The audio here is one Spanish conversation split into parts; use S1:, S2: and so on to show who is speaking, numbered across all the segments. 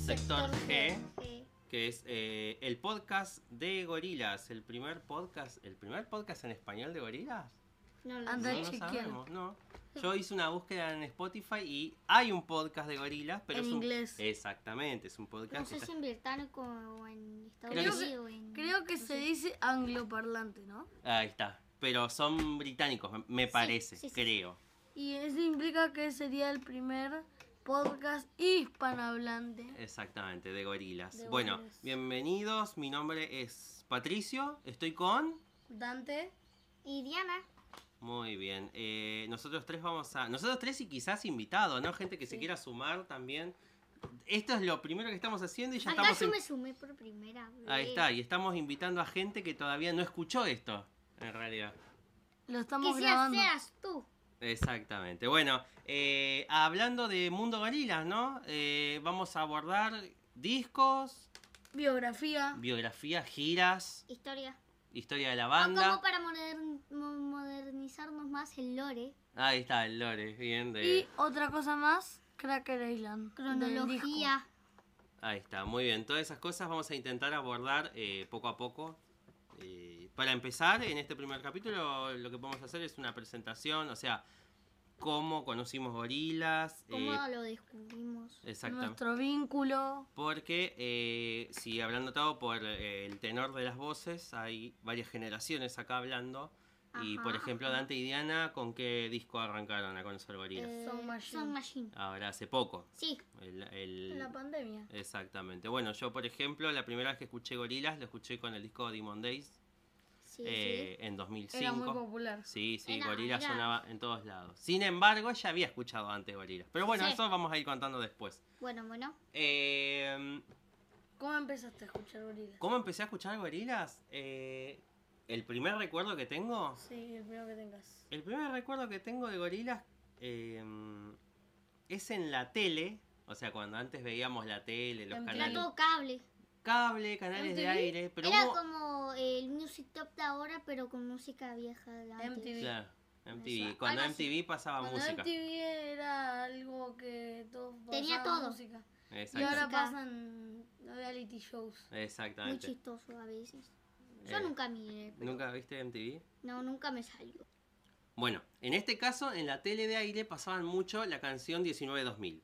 S1: sector E. G,
S2: sí.
S1: que es eh, el podcast de gorilas, el primer podcast, el primer podcast en español de gorilas.
S2: No lo
S3: Anda
S1: no,
S2: sé.
S1: no
S3: chequeando.
S1: sabemos, no. Yo hice una búsqueda en Spotify y hay un podcast de gorilas, pero
S3: En
S1: es un-
S3: inglés.
S1: Exactamente, es un podcast
S2: No
S1: que
S2: sé
S1: está-
S2: si en británico o en Estados
S1: Creo que-
S2: Unidos. o en-
S3: Creo que
S2: no
S3: se
S2: sé.
S3: dice angloparlante, ¿no?
S1: Ahí está. Pero son británicos, me- me parece,
S2: sí, sí,
S1: creo.
S3: Y eso implica que sería el primer podcast hispanohablante.
S1: Exactamente, de gorilas.
S2: De
S1: bueno,
S2: gorilas.
S1: bienvenidos. Mi nombre es Patricio. Estoy con.
S3: Dante,
S2: Y Diana.
S1: Muy bien. eh, nosotros tres vamos a. Nosotros tres y quizás invitados, ¿no? Gente que se quiera sumar también. Esto es lo primero que estamos haciendo y ya
S2: Acá
S1: estamos.
S2: yo
S1: in-
S2: me sumé por primera vez.
S1: Ahí está, y estamos invitando a gente que todavía no escuchó esto, en realidad.
S3: lo
S2: Que
S3: estamos
S2: seas,
S3: grabando.
S2: seas tú.
S1: Exactamente. Bueno, eh, hablando de Mundo Gorilas, ¿no? Eh, vamos a abordar discos,
S2: Ah.
S3: Biografía.
S1: biografías, giras,
S2: Historia.
S1: historia de la
S2: O como
S1: banda.
S2: para modern- mo- modernizarnos más el lore.
S1: Ahí está el lore, bien de...
S3: Y otra cosa más, Cracker Island. del disco.
S2: Cronología.
S1: Ahí está, muy bien. Todas esas cosas vamos a intentar abordar eh, poco a poco. Eh, para empezar, en este primer capítulo lo que podemos hacer es una presentación, o sea, cómo conocimos gorilas.
S2: ¿Cómo
S1: eh,
S2: lo descubrimos?
S1: exactamente.
S3: Nuestro vínculo.
S1: Porque, eh, si hablando todo por eh, el tenor de las voces, hay varias generaciones acá hablando. y,
S2: Ajá,
S1: por ejemplo, Dante y Diana, ¿con qué disco arrancaron a conocer gorilas?
S2: Eh,
S3: Sound Machine.
S2: Sound Machine.
S1: Ahora, hace poco.
S2: Sí.
S1: El- el-
S3: La pandemia.
S1: Exactamente. Bueno, yo, por ejemplo, la primera vez que escuché gorilas, lo escuché con el disco Demon Days
S2: Sí,
S1: eh, en
S3: Era muy
S1: 2005.
S3: popular.
S1: Sí, sí,
S2: Era-
S1: gorilas
S2: era-
S1: sonaba en todos lados. Sin embargo, ya había escuchado antes gorilas. Pero bueno,
S2: Sí.
S1: eso vamos a ir contando después.
S2: sí. Bueno, bueno.
S1: Eh,
S3: ¿Cómo empezaste a escuchar gorilas?
S1: ¿Cómo empecé a escuchar gorilas? Eh, el primer recuerdo que tengo.
S3: Sí, el primero que tengas.
S1: El primer recuerdo que tengo de gorilas eh, es en la tele. O sea, cuando antes veíamos la tele, los
S3: En
S2: Era
S1: canales
S2: todo cable.
S1: cable, canales de
S3: MTV.
S1: aire. Pero
S2: Era
S1: hubo-
S2: como el Music Top de ahora, pero con música vieja de antes.
S3: MTV.
S1: Claro, MTV.
S2: Exacto.
S1: Cuando
S2: Algo
S1: MTV
S2: así.
S1: pasaba
S3: Ah, Cuando
S1: música.
S3: MTV era algo que todos
S2: Tenía
S3: pasaban
S2: todo.
S3: música.
S1: Exacto.
S3: Y ahora
S2: Música.
S3: pasan reality shows.
S2: Muy
S1: Exactamente.
S2: chistoso a veces. Yo
S1: Eh,
S2: nunca miré. pero-
S1: ¿Nunca viste MTV?
S2: No, nunca me salió.
S1: Bueno, en este caso, en la tele de aire pasaban mucho la canción 19-2000.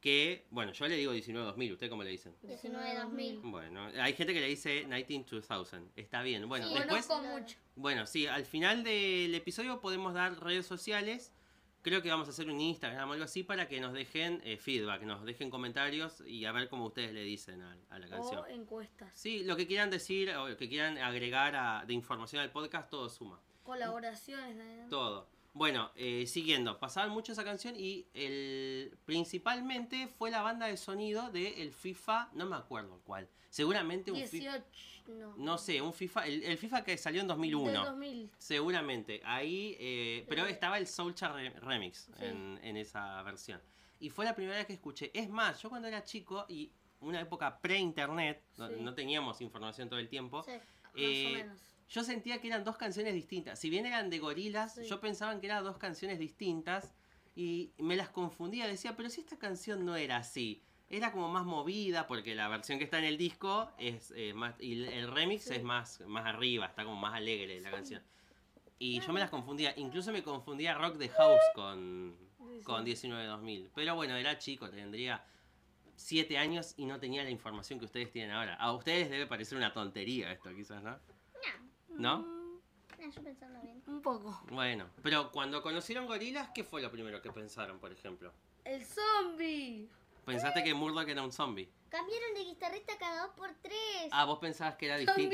S1: Que, bueno, yo le digo 19-2000, ¿usted cómo le dicen?
S2: 19 2000.
S1: Bueno, hay gente que le dice 19-2000. Está bien. Bueno,
S2: Sí,
S1: después.
S3: Conozco mucho.
S1: Bueno, sí, al final del episodio podemos dar redes sociales. Creo que vamos a hacer un Instagram o algo así para que nos dejen eh, feedback, nos dejen comentarios y a ver cómo ustedes le dicen a, a la canción.
S3: O encuestas.
S1: Sí, lo que quieran decir o lo que quieran agregar a- de información al podcast, todo suma.
S3: Colaboraciones. de-
S1: Todo. Bueno, eh, siguiendo, pasaban mucho esa canción y el, principalmente fue la banda de sonido de el FIFA, no me acuerdo cuál. Seguramente un FIFA.
S3: 18. No.
S1: No sé, un FIFA, el, el FIFA que salió en 2001.
S3: Del 2000.
S1: Seguramente, ahí, eh, pero estaba el Soulchar re- Remix en, en esa versión. Y fue la primera vez que escuché. Es más, yo cuando era chico y una época pre-internet, no,
S3: Sí.
S1: no teníamos información todo el tiempo,
S2: Sí.
S1: eh,
S3: más o menos.
S1: yo sentía que eran dos canciones distintas. Si bien eran de gorilas,
S3: Sí.
S1: yo pensaba que eran dos canciones distintas y me las confundía. Decía, pero si esta canción no era así, era como más movida porque la versión que está en el disco es eh, más y el- el remix
S3: Sí.
S1: es más más arriba, está como más alegre la canción. Y yo me las confundía, incluso me confundía Rock the House con,
S3: Sí,
S1: con
S3: sí.
S1: 19-2000. Pero bueno, era chico, tendría 7 años y no tenía la información que ustedes tienen ahora. A ustedes debe parecer una tontería esto, quizás, ¿no? ¿No?
S3: Mm,
S2: No, yo pensando bien.
S3: un poco.
S1: Bueno, pero cuando conocieron gorilas, ¿qué fue lo primero que pensaron, por ejemplo?
S3: El zombie.
S1: Pensaste que Murdoch era un zombie.
S2: Cambiaron de guitarrista cada dos por tres.
S1: Ah, vos pensabas que era distinto.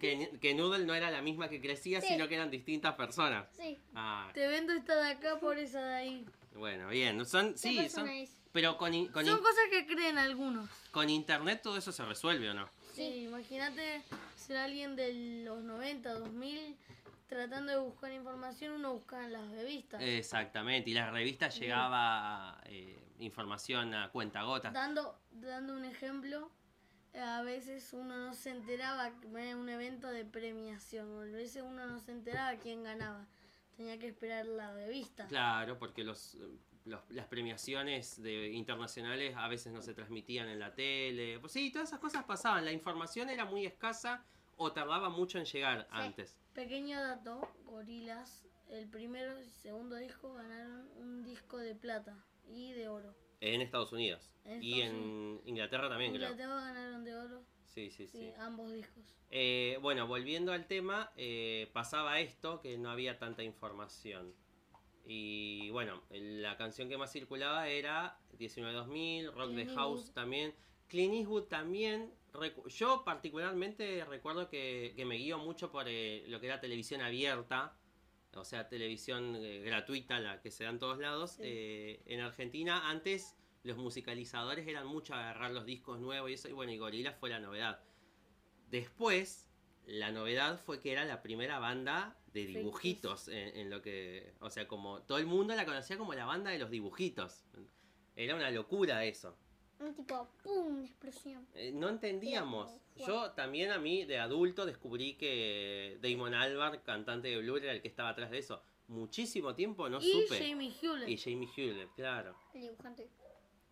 S1: Que, que, que Noodle no era la misma que crecía,
S2: Sí.
S1: sino que eran distintas personas.
S2: Sí.
S1: Ah,
S3: Te vendo esta de acá por esa de ahí.
S1: bueno, bien. Son,
S2: ¿Qué
S1: sí,
S2: persona
S1: son.
S2: es?
S1: Pero con, in- con, in-
S3: Son cosas que creen algunos.
S1: con internet todo eso se resuelve, ¿o no?
S3: Sí, imagínate ser alguien de los 90, 2000, tratando de buscar información, uno buscaba en las revistas.
S1: Eh, Exactamente. Y la revista llegaba eh, información a cuentagotas.
S3: Dando, dando un ejemplo, eh, a veces uno no se enteraba que era un evento de premiación, o a veces uno no se enteraba quién ganaba. tenía que esperar la revista.
S1: Claro, porque los, eh, los- las premiaciones de, internacionales a veces no se transmitían en la tele. Pues sí, todas esas cosas pasaban. La información era muy escasa o tardaba mucho en llegar antes.
S3: Pequeño dato, Gorilas, el primero y segundo disco ganaron un disco de plata y de oro.
S1: En Estados Unidos.
S3: En
S1: y
S3: Estados
S1: en Inglaterra también, creo.
S3: Inglaterra ganaron de oro,
S1: Sí, sí,
S3: sí,
S1: sí.
S3: ambos discos.
S1: Eh, bueno, volviendo al tema, eh, pasaba esto, que no había tanta información. Y bueno, la canción que más circulaba era 19-2000, Rock the
S3: Clint
S1: House
S3: Eastwood.
S1: también. Clint Eastwood también. recu- Yo particularmente recuerdo que, que me guío mucho por eh, lo que era televisión abierta, o sea, televisión eh, gratuita, la que se da en todos lados.
S3: Sí.
S1: Eh, en Argentina antes los musicalizadores eran mucho a agarrar los discos nuevos y eso, y bueno, y Gorila fue la novedad. Después, la novedad fue que era la primera banda de
S3: Ficticio.
S1: dibujitos en, en lo que. O sea, como todo el mundo la conocía como la banda de los dibujitos. Era una locura eso.
S2: Un tipo, ¡pum! una explosión.
S1: Eh, no entendíamos.
S2: Wow.
S1: Yo también a mí de adulto descubrí que Damon Albarn, cantante de Blur, era el que estaba atrás de eso. Muchísimo tiempo no
S3: y
S1: supe.
S3: Jamie Hewlett.
S1: Y Jamie Hewlett, claro.
S2: El dibujante.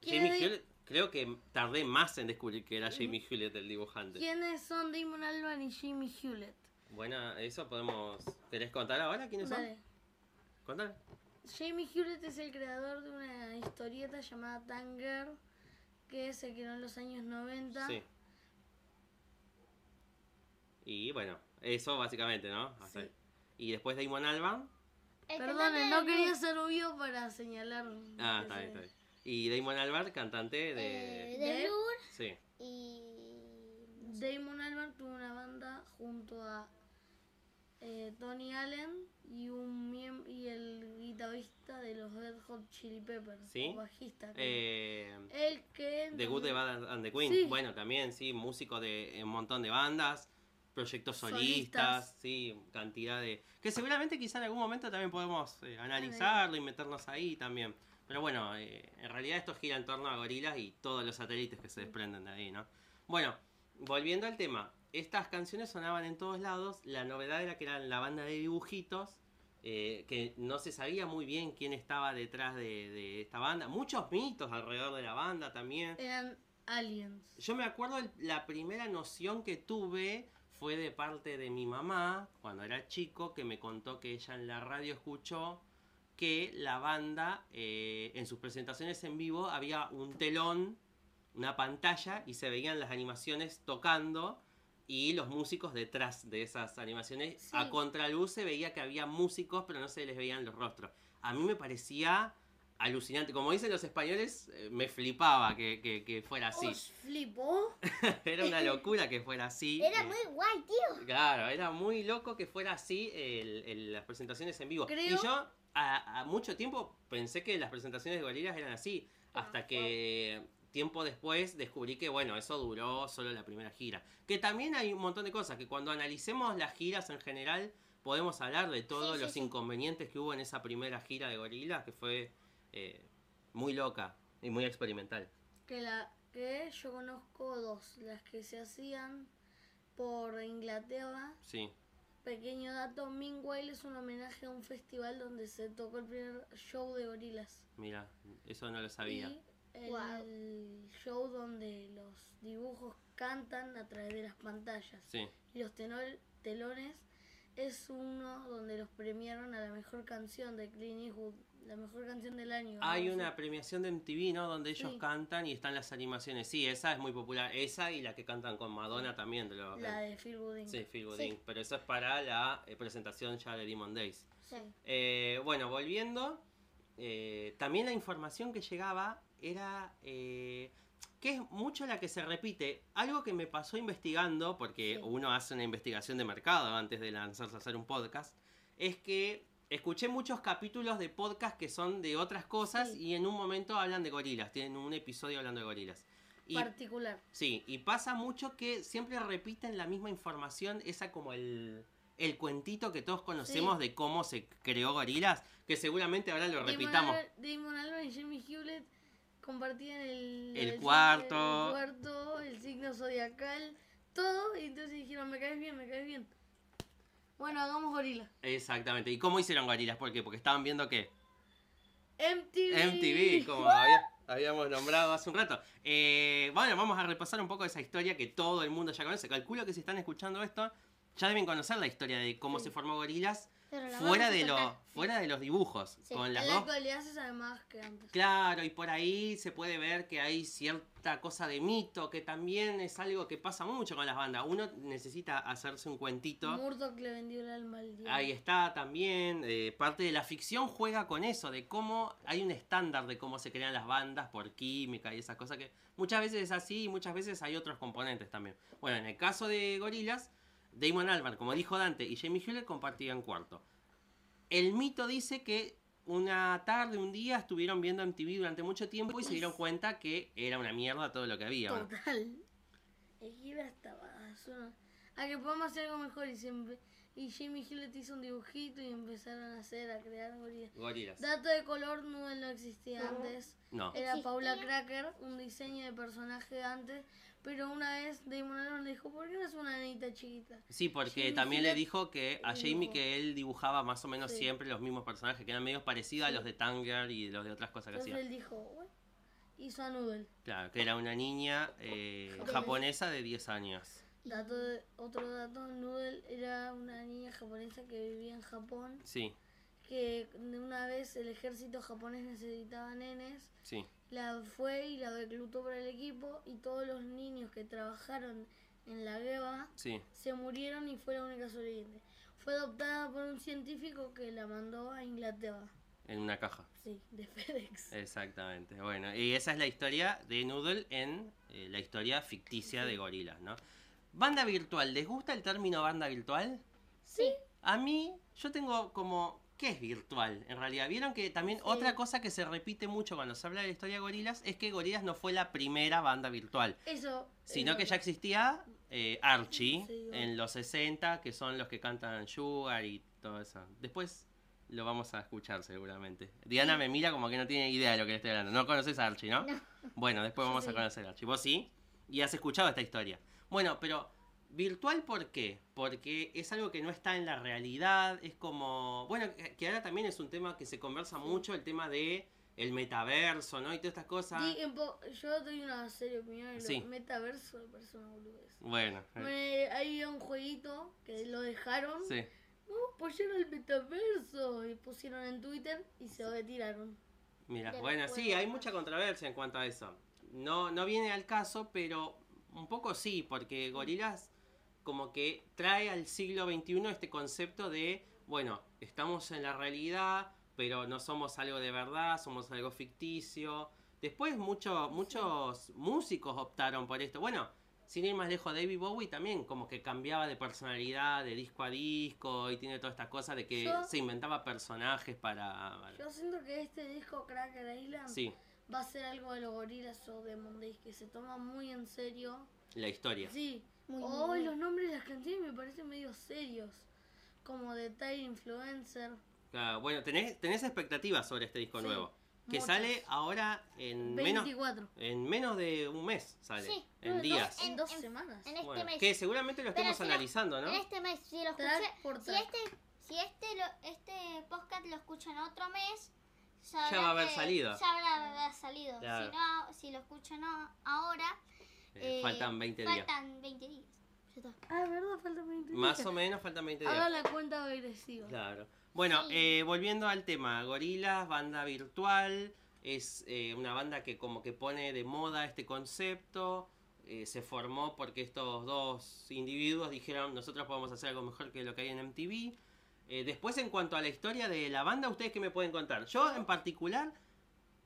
S3: ¿Quién
S1: Jamie
S3: es-
S1: Hewlett, creo que tardé más en descubrir que era Jamie Hewlett el dibujante.
S3: ¿Quiénes son Damon Alban y Jamie Hewlett?
S1: Bueno, eso podemos. ¿Querés contar ahora quiénes
S3: Dale.
S1: son? Contar.
S3: Jamie Hewlett es el creador de una historieta llamada Tanger que se creó en los años 90.
S1: Sí. Y bueno, eso básicamente, ¿no? Hasta
S3: Sí.
S1: ahí. Y después Damon Albarn.
S2: El cantante
S3: Perdonen, no
S2: del
S3: quería
S2: grupo,
S3: ser obvio para señalar.
S1: Ah, está
S3: ese-
S1: bien, está bien. Y Damon Albarn, cantante
S2: eh,
S1: de.
S2: de
S3: de-
S2: Blur
S1: Sí.
S2: y.
S3: Damon Albarn tuvo una banda junto a eh, Tony Allen y un miemb- y el guitarrista de los Red Hot Chili Peppers,
S1: Sí.
S3: o bajista. creo.
S1: Eh,
S3: el que en
S1: the Good, The Bad and the Queen.
S3: Sí.
S1: Bueno, también, sí, músico de un montón de bandas, proyectos solistas,
S3: Solistas.
S1: sí, cantidad de. Que seguramente quizá en algún momento también podemos eh, analizarlo y meternos ahí también. Pero bueno, eh, en realidad esto gira en torno a gorilas y todos los satélites que se desprenden de ahí, ¿no? Bueno, volviendo al tema, estas canciones sonaban en todos lados. La novedad era que eran la banda de dibujitos, eh, que no se sabía muy bien quién estaba detrás de, de esta banda. Muchos mitos alrededor de la banda también.
S3: eran aliens.
S1: Yo me acuerdo el- la primera noción que tuve fue de parte de mi mamá, cuando era chico, que me contó que ella en la radio escuchó que la banda eh, en sus presentaciones en vivo había un telón, una pantalla y se veían las animaciones tocando y los músicos detrás de esas animaciones.
S3: Sí.
S1: A contraluz se veía que había músicos pero no se les veían los rostros. A mí me parecía alucinante. Como dicen los españoles, eh, me flipaba que, que- que fuera así.
S3: ¿Os flipó?
S1: Era una locura que fuera así.
S2: Era
S1: eh,
S2: muy guay, tío.
S1: Claro, era muy loco que fuera así el- el- las presentaciones en vivo.
S3: Creo-
S1: Y yo a, a mucho tiempo pensé que las presentaciones de gorilas eran así,
S2: Ah,
S1: hasta que tiempo después descubrí que, bueno, eso duró solo la primera gira. Que también hay un montón de cosas, que cuando analicemos las giras en general, podemos hablar de todos
S2: sí,
S1: los
S2: sí.
S1: inconvenientes que hubo en esa primera gira de gorilas, que fue eh, muy loca y muy experimental.
S3: Que, la, que yo conozco dos, las que se hacían por Inglaterra.
S1: Sí,
S3: Pequeño dato, Meanwhile es un homenaje a un festival donde se tocó el primer show de gorilas.
S1: mira, eso no lo sabía.
S3: Y el
S2: Guau.
S3: show donde los dibujos cantan a través de las pantallas.
S1: Sí.
S3: Y los tenol- telones es uno donde los premiaron a la mejor canción de Clint Eastwood, la mejor canción del año. ¿no?
S1: Hay
S3: Ah, Sí.
S1: una premiación de MTV, ¿no? Donde ellos
S3: Sí.
S1: cantan y están las animaciones. Sí, esa es muy popular. Esa y la que cantan con Madonna también. De los,
S3: La de Phil Wooding.
S1: Sí, Feel Good
S2: Sí.
S1: Inc. Pero eso es para la eh, presentación ya de Demon Days.
S2: Sí.
S1: Eh, bueno, volviendo. eh, también la información que llegaba era. eh, que es mucho la que se repite. Algo que me pasó investigando, porque
S2: Sí.
S1: uno hace una investigación de mercado antes de lanzarse a hacer un podcast, es que escuché muchos capítulos de podcast que son de otras cosas
S3: Sí.
S1: y en un momento hablan de gorilas. Tienen un episodio hablando de gorilas. Y
S3: Particular.
S1: Sí, y pasa mucho que siempre repiten la misma información, esa como el, el cuentito que todos conocemos de cómo se creó Gorilas, que seguramente ahora lo
S3: Damon
S1: repitamos.
S3: Albarn- Damon Albarn y Jamie Hewlett compartían el,
S1: El
S3: signo-
S1: cuarto.
S3: el cuarto, el signo zodiacal, todo. Y entonces dijeron, me caes bien, me caes bien. Bueno, hagamos gorila.
S1: Exactamente. ¿Y cómo hicieron gorilas? ¿Por qué? Porque estaban viendo qué?
S3: MTV.
S1: MTV, como había- habíamos nombrado hace un rato. Eh, bueno, vamos a repasar un poco esa historia que todo el mundo ya conoce. Calculo que si están escuchando esto, ya deben conocer la historia de cómo se formó Gorilas
S2: Pero la
S1: fuera
S2: vamos a
S1: de, lo,
S2: contar.
S1: fuera de los dibujos.
S2: Sí,
S1: Con las
S3: en la
S1: dos
S3: actualidad se sabe más que antes.
S1: Claro, y por ahí se puede ver que hay cierta cosa de mito, que también es algo que pasa mucho con las bandas. Uno necesita hacerse un cuentito.
S3: Murdoch le vendió el alma al diablo.
S1: Ahí está también, eh, parte de la ficción juega con eso, de cómo hay un estándar de cómo se crean las bandas por química y esas cosas que muchas veces es así y muchas veces hay otros componentes también. Bueno, en el caso de Gorilas, Damon Albarn, como dijo Dante, y Jamie Hewlett compartían cuarto. El mito dice que una tarde, un día, estuvieron viendo MTV durante mucho tiempo y se dieron cuenta que era una mierda todo lo que había. ¿no?
S3: Total. Es que era esta basura. A que podemos hacer algo mejor y siempre. Y Jimmy Hewlett hizo un dibujito y empezaron a hacer, a crear gorilas.
S1: Gorilas.
S3: Dato de color no, no existía antes.
S1: No.
S3: Era
S2: ¿Existía?
S3: Paula Cracker, un diseño de personaje antes. Pero una vez Damon Albarn le dijo, ¿por qué no es una nenita chiquita?
S1: Sí, porque
S3: Jamie
S1: también le
S3: Hewlett
S1: dijo que a
S3: dibujó.
S1: Jamie que él dibujaba más o menos
S3: Sí.
S1: siempre los mismos personajes, que eran medio parecidos a los de Tanger y los de otras cosas que
S3: Entonces
S1: hacía.
S3: él dijo, bueno, hizo a Noodle.
S1: Claro, que era una niña eh,
S2: Japonesa.
S1: japonesa de 10 años.
S3: Dato de- otro dato, Noodle era una niña japonesa que vivía en Japón,
S1: Sí,
S3: que de una vez el ejército japonés necesitaba nenes,
S1: sí.
S3: la fue y la reclutó para el equipo y todos los niños que trabajaron en la guerra
S1: Sí,
S3: se murieron y fue la única sobreviviente. Fue adoptada por un científico que la mandó a Inglaterra,
S1: en una caja.
S3: sí, de FedEx.
S1: Eh. Exactamente. Bueno, y esa es la historia de Noodle en eh, la historia ficticia de Gorilas, ¿no? Banda virtual, ¿les gusta el término banda virtual?
S2: Sí.
S1: A mí, yo tengo como. ¿Qué es virtual? En realidad, vieron que también otra cosa que se repite mucho cuando se habla de la historia de Gorilas es que Gorilas no fue la primera banda virtual,
S3: Eso.
S1: sino
S3: eso.
S1: que ya existía eh, Archie
S3: Sí, bueno.
S1: en los 60, que son los que cantan Sugar y todo eso. Después lo vamos a escuchar seguramente. Diana me mira como que no tiene idea de lo que le estoy hablando. No conoces a Archie, ¿no?
S2: No.
S1: Bueno, después
S3: Yo
S1: vamos a
S3: sí.
S1: conocer a Archie. Vos sí, y has escuchado esta historia. Bueno, pero virtual, ¿por qué? Porque es algo que no está en la realidad, es como... Bueno, que que ahora también es un tema que se conversa mucho, el tema de el metaverso, ¿no? Y todas estas cosas.
S3: Di- en po- yo doy una seria opinión de
S1: Sí.
S3: lo metaverso de persona boludez.
S1: Bueno, eh,
S3: Me, había un jueguito que lo dejaron.
S1: sí.
S3: No, pusieron el metaverso. Y pusieron en Twitter y se lo retiraron.
S1: Mira,
S2: del
S1: bueno, sí,
S2: juego.
S1: hay mucha controversia en cuanto a eso. No, no viene al caso, pero un poco sí, porque Gorilas como que trae al siglo XXI este concepto de, bueno, estamos en la realidad, pero no somos algo de verdad, somos algo ficticio. Después muchos muchos músicos optaron por esto. Bueno, sin ir más lejos, David Bowie también como que cambiaba de personalidad, de disco a disco, y tiene toda esta cosa de que
S3: Yo-
S1: se inventaba personajes para... para-
S3: Yo siento que este disco Cracker Island
S1: Sí.
S3: va a ser algo de los gorilas o de Mondays que se toma muy en serio.
S1: La historia.
S3: Sí.
S2: Muy, muy,
S3: o
S2: muy.
S3: los nombres de las canciones me parecen medio serios. Como de Tire Influencer.
S1: Claro, bueno, tenés, tenés expectativas sobre este disco
S3: Sí,
S1: nuevo. Que
S3: muchas.
S1: sale ahora en menos,
S3: 24.
S1: en menos de un mes, sale.
S2: Sí,
S1: en
S3: No,
S1: días.
S3: dos- En,
S2: En-
S3: dos
S2: en-
S3: semanas.
S2: En este
S1: Bueno,
S2: mes.
S1: que seguramente lo
S2: Pero
S1: estemos
S2: si no-
S1: analizando, ¿no? Eh,
S2: En este mes, si lo
S3: Track
S2: escuché,
S3: por
S2: si
S3: track.
S2: este, si este, lo- este podcast lo escucho en otro mes,
S1: Ya va a haber salido.
S2: Ya habrá haber salido.
S1: Claro.
S2: Si, no, si lo escucho no, ahora,
S1: Eh,
S2: eh,
S1: faltan 20 días.
S2: faltan 20 días. Ya está.
S3: Ah, ¿verdad? Falta 20
S1: Más o menos faltan 20 días.
S3: Haga la cuenta agresiva.
S1: Claro. Bueno,
S2: Sí.
S1: eh, volviendo al tema, Gorilas, banda virtual, es eh, una banda que como que pone de moda este concepto, eh, se formó porque estos dos individuos dijeron nosotros podemos hacer algo mejor que lo que hay en MTV. Eh, después en cuanto a la historia de la banda, ¿ustedes qué me pueden contar? Yo en particular,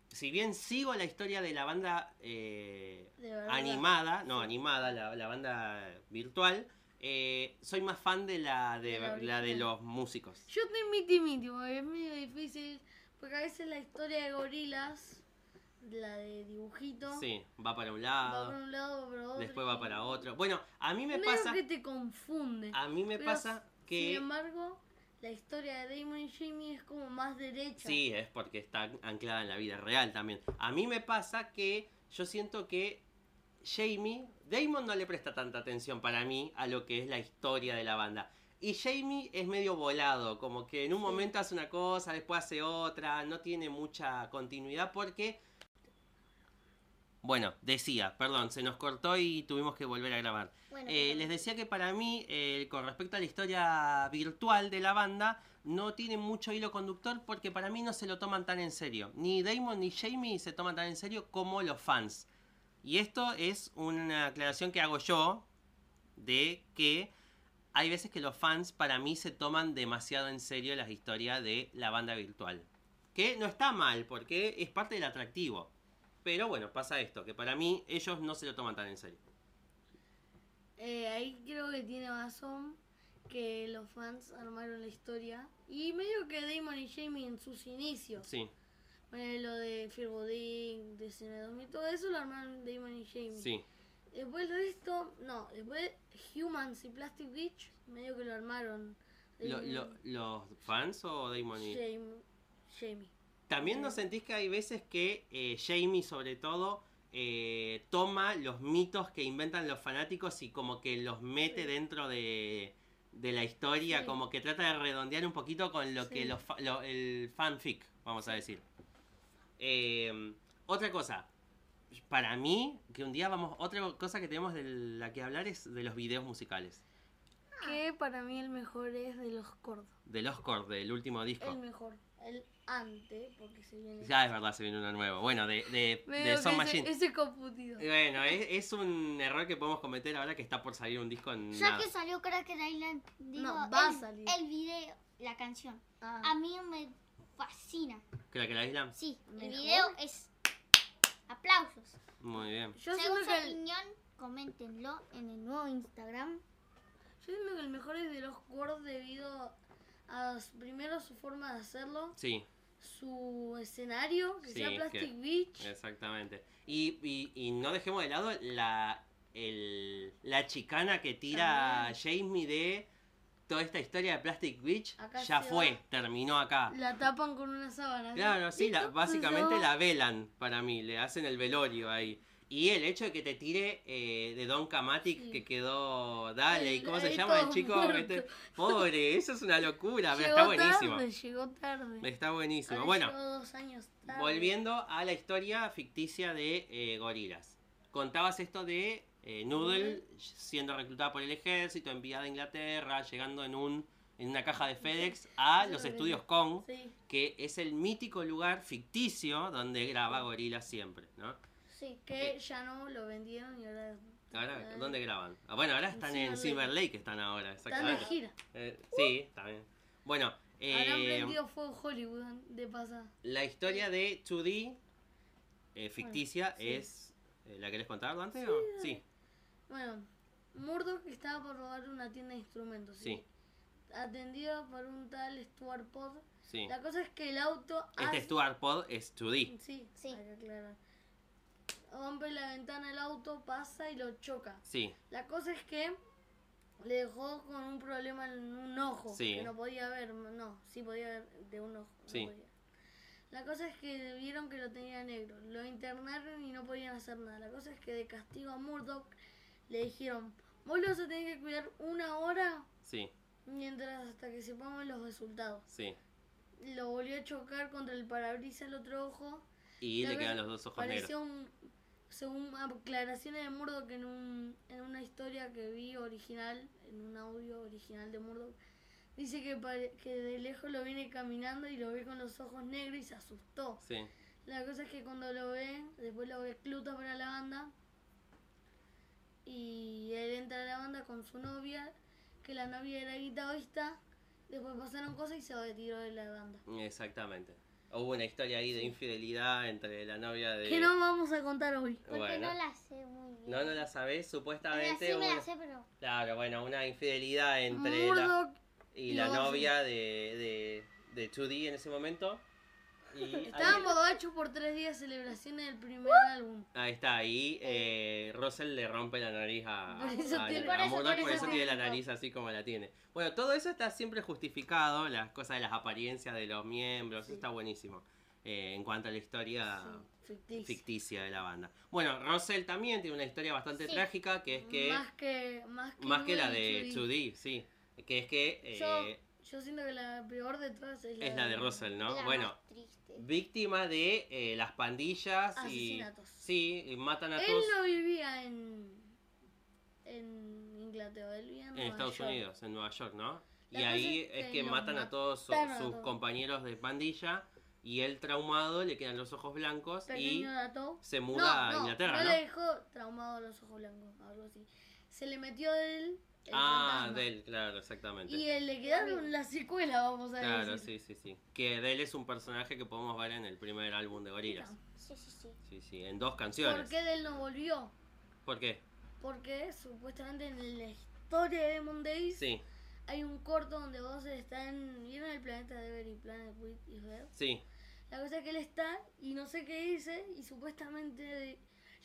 S1: si bien sigo la historia de la banda eh,
S3: De verdad.
S1: animada, no animada, la, la banda virtual, eh, soy más fan de la de,
S3: De la
S1: la de
S3: original.
S1: los músicos.
S3: Yo estoy miti miti, porque es medio difícil. Porque a veces la historia de gorilas, la de dibujito,
S1: Sí, va para un
S3: va
S1: lado,
S3: por un lado, va para otro.
S1: después va para
S3: otro.
S1: otro. Bueno, a mí me
S3: medio
S1: pasa,
S3: que te confunde.
S1: a mí me
S3: Pero
S1: pasa
S3: Sin
S1: que
S3: embargo, la historia de Damon y Jimmy es como más derecha.
S1: sí, es porque está anclada en la vida real también. A mí me pasa que yo siento que Jamie, Damon no le presta tanta atención para mí a lo que es la historia de la banda. Y Jamie es medio volado, como que en un momento hace una cosa, después hace otra, no tiene mucha continuidad porque... Bueno, decía, perdón, se nos cortó y tuvimos que volver a grabar.
S2: Bueno,
S1: Eh,
S2: pero-
S1: les decía que para mí, eh, con respecto a la historia virtual de la banda, no tiene mucho hilo conductor porque para mí no se lo toman tan en serio. Ni Damon ni Jamie se toman tan en serio como los fans. Y esto es una aclaración que hago yo de que hay veces que los fans para mí se toman demasiado en serio las historias de la banda virtual. Que no está mal porque es parte del atractivo. Pero bueno, pasa esto, que para mí ellos no se lo toman tan en serio.
S3: Eh, ahí creo que tiene razón que los fans armaron la historia. Y medio que Damon y Jamie en sus inicios.
S1: Sí,
S3: eh, lo de Fear Bodin, de Cine 2000, todo eso lo armaron Damon y Jamie.
S1: sí.
S3: Después el resto, no, después Humans y Plastic Beach, medio que lo armaron.
S1: Lo-
S3: Damon y
S1: lo- ¿Los fans o Damon y-
S3: Jamie. Jamie.
S1: También no sentís que hay veces que eh, Jamie, sobre todo, eh, toma los mitos que inventan los fanáticos y como que los mete
S3: Sí.
S1: dentro de, de la historia,
S3: Sí.
S1: como que trata de redondear un poquito con lo que
S3: Sí.
S1: los fa- lo- el fanfic, vamos a decir. Eh, otra cosa, para mí, que un día vamos, otra cosa que tenemos de la que hablar es de los videos musicales,
S3: Que para mí el mejor es de los cordos.
S1: del Oscar, del último disco.
S3: El mejor. El ante, porque se viene.
S1: Ya es verdad, se viene uno nuevo. Bueno, de, de, Eh,
S3: Medio
S1: de
S3: que
S1: Sound
S3: ese,
S1: Machine.
S3: ese confundido.
S1: Bueno, es, es un error que podemos cometer ahora que está por salir un disco en
S2: Ya
S1: nada.
S2: que salió Cracker Island, digo,
S3: No, va a
S2: el,
S3: salir.
S2: el video, la canción.
S3: Ah.
S2: A mí me fascina.
S1: Creo que la isla.
S2: Sí, el
S3: Mejor.
S2: video es aplausos.
S1: Muy bien.
S3: Yo siento,
S2: Según su
S3: que el,
S2: opinión, coméntenlo en el nuevo Instagram.
S3: yo siento que el mejor es de los cordos debido a primero su forma de hacerlo,
S1: Sí,
S3: su escenario, que
S1: Sí,
S3: sea
S1: es
S3: Plastic
S1: que-
S3: Beach.
S1: exactamente. Y, y- y no dejemos de lado la, el- la chicana que tira Jamie de toda esta historia de Plastic Beach.
S3: Acá
S1: ya
S3: se
S1: fue,
S3: va.
S1: terminó acá.
S3: La tapan con una sábana.
S1: Claro, sí, la-
S3: Ah, Listo, pues,
S1: básicamente
S3: sucedió.
S1: la velan para mí, le hacen el velorio ahí. Y el hecho de que te tire eh, de Don Kamatic
S3: Sí.
S1: que quedó, dale, ¿y
S3: El-
S1: cómo se
S3: ahí
S1: llama el
S3: todo
S1: chico?
S3: muerto.
S1: Este- pobre, eso es una locura, pero
S3: Llegó
S1: está buenísimo.
S3: tarde, llegó tarde.
S1: Está buenísimo.
S3: Ahora
S1: bueno,
S3: llegó dos años tarde.
S1: volviendo a la historia ficticia de eh, Gorilas. Contabas esto de eh, Noodle siendo reclutada por el ejército, enviada a Inglaterra, llegando en un en una caja de FedEx a
S3: Eso
S1: los
S3: lo vi.
S1: estudios Kong
S3: Sí,
S1: que es el mítico lugar ficticio donde graba Gorila siempre, ¿no?
S3: sí, que ya no lo vendieron y ahora.
S1: Ahora,
S3: ahora-
S1: ¿dónde graban? Ah, Bueno, ahora
S3: En
S1: están en
S3: Silver
S1: Silver Lake, que están ahora,
S3: Están de
S1: exactamente.
S3: gira.
S1: Eh, sí, está bien. Bueno,
S3: Habrán
S1: eh,
S3: prendido fuego Hollywood de pasada.
S1: la historia de 2D eh, ficticia
S3: sí.
S1: es... eh, ¿La querés contar antes? o? sí,
S3: Bueno, Murdoch estaba por robar una tienda de instrumentos.
S1: sí,
S3: Atendido por un tal Stuart Pod.
S1: sí.
S3: La Ah, cosa es que el auto.
S1: Este
S3: hace-
S1: Stuart Pod es 2D.
S3: Sí,
S2: Sí.
S3: hay que aclarar. Rompe la ventana del auto, pasa y lo choca.
S1: Sí,
S3: La cosa es que le dejó con un problema en un ojo.
S1: Sí.
S3: Que no podía ver. No, sí podía ver de un ojo. no
S1: Sí.
S3: podía. La cosa es que vieron que lo tenía negro. Lo internaron y no podían hacer nada. La cosa es que de castigo a Murdoch le dijeron: Vos lo vas a tener que cuidar una hora
S1: sí,
S3: mientras hasta que sepamos los resultados.
S1: sí.
S3: Lo volvió a chocar contra el parabrisas el otro ojo.
S1: Y
S3: La
S1: le
S3: verdad,
S1: quedan los dos ojos negros.
S3: Pareció un, según aclaraciones de Murdoch en, un, en una historia que vi original, en un audio original de Murdoch, dice que, pare- que de lejos lo viene caminando y lo ve con los ojos negros y se asustó.
S1: Sí,
S3: La cosa es que cuando lo ve, después lo recluta para la banda y él entra a la banda con su novia, que la novia era guitarrista, después pasaron cosas y se retiró de la banda.
S1: exactamente. Hubo una historia ahí de infidelidad entre la novia de...
S3: Que no vamos a contar hoy.
S2: Porque
S1: Bueno.
S2: no la sé muy bien.
S1: No, no la este, sabés,
S2: O sea,
S1: supuestamente.
S2: sí me
S1: una-
S2: la sé, pero
S1: Claro, bueno, una infidelidad entre la,
S3: Murdoch
S1: y la
S3: no, sí.
S1: novia de, de, de 2D en ese momento. Y ahí,
S3: Estábamos borrachos por tres días de celebraciones del primer álbum.
S1: ahí está, ahí eh, Russell le rompe la nariz a,
S3: Por eso
S1: a-
S3: tiene-
S1: a
S2: por eso-
S1: Murdoch,
S2: por
S1: Ah, por
S2: eso
S1: eso tiene la
S2: tiene-
S1: nariz así como la tiene. Bueno, todo eso está siempre justificado, las cosas de las apariencias de los miembros, eso está buenísimo. eh, en cuanto a la historia
S3: Sí, ficticio.
S1: ficticia de la banda. Bueno, Russell también tiene una historia bastante
S2: Sí.
S1: trágica, que es que...
S3: Más que, más que,
S1: Más que
S3: Nube
S1: la
S3: y
S1: de
S3: Chuy.
S1: 2D, sí. Que es que eh,
S3: yo, yo siento que la peor de todas es la,
S1: es la de Russell, ¿no?
S2: La
S1: Bueno,
S2: más triste.
S1: víctima de eh, las pandillas y...
S3: Asesinatos.
S1: Sí, y matan a
S3: Él
S1: todos
S3: no vivía en, en Inglaterra, él vivía en,
S1: en
S3: Nueva
S1: Estados
S3: York.
S1: Unidos, en Nueva York, ¿no?
S3: La
S1: y
S3: cosa
S1: ahí
S3: es
S1: es
S3: que
S1: que
S3: los
S1: matan a todos su-
S3: mataron a
S1: sus
S3: todos.
S1: compañeros de pandilla y él traumado le quedan los ojos blancos
S3: Pequeño
S1: y
S3: dato.
S1: se muda a Inglaterra,
S3: no,
S1: ¿no?
S3: le dejó traumado los ojos blancos, algo así. Se le metió él. el
S1: Ah,
S3: fantasma.
S1: de él, claro, exactamente.
S3: Y él le quedaron las secuelas, vamos a
S1: Claro,
S3: decir.
S1: sí, sí, sí. Que Adele es un personaje que podemos ver en el primer álbum de Gorillaz.
S2: Sí, sí, sí.
S1: Sí, sí, en dos
S3: ¿Por
S1: canciones.
S3: qué de él no volvió?
S1: ¿Por qué?
S3: Porque supuestamente en la historia de Demon Days
S1: Sí,
S3: hay un corto donde vos están. ¿Vieron el planeta Dever y Planet With y Ver?
S1: sí,
S3: La cosa es que él está y no sé qué dice, y supuestamente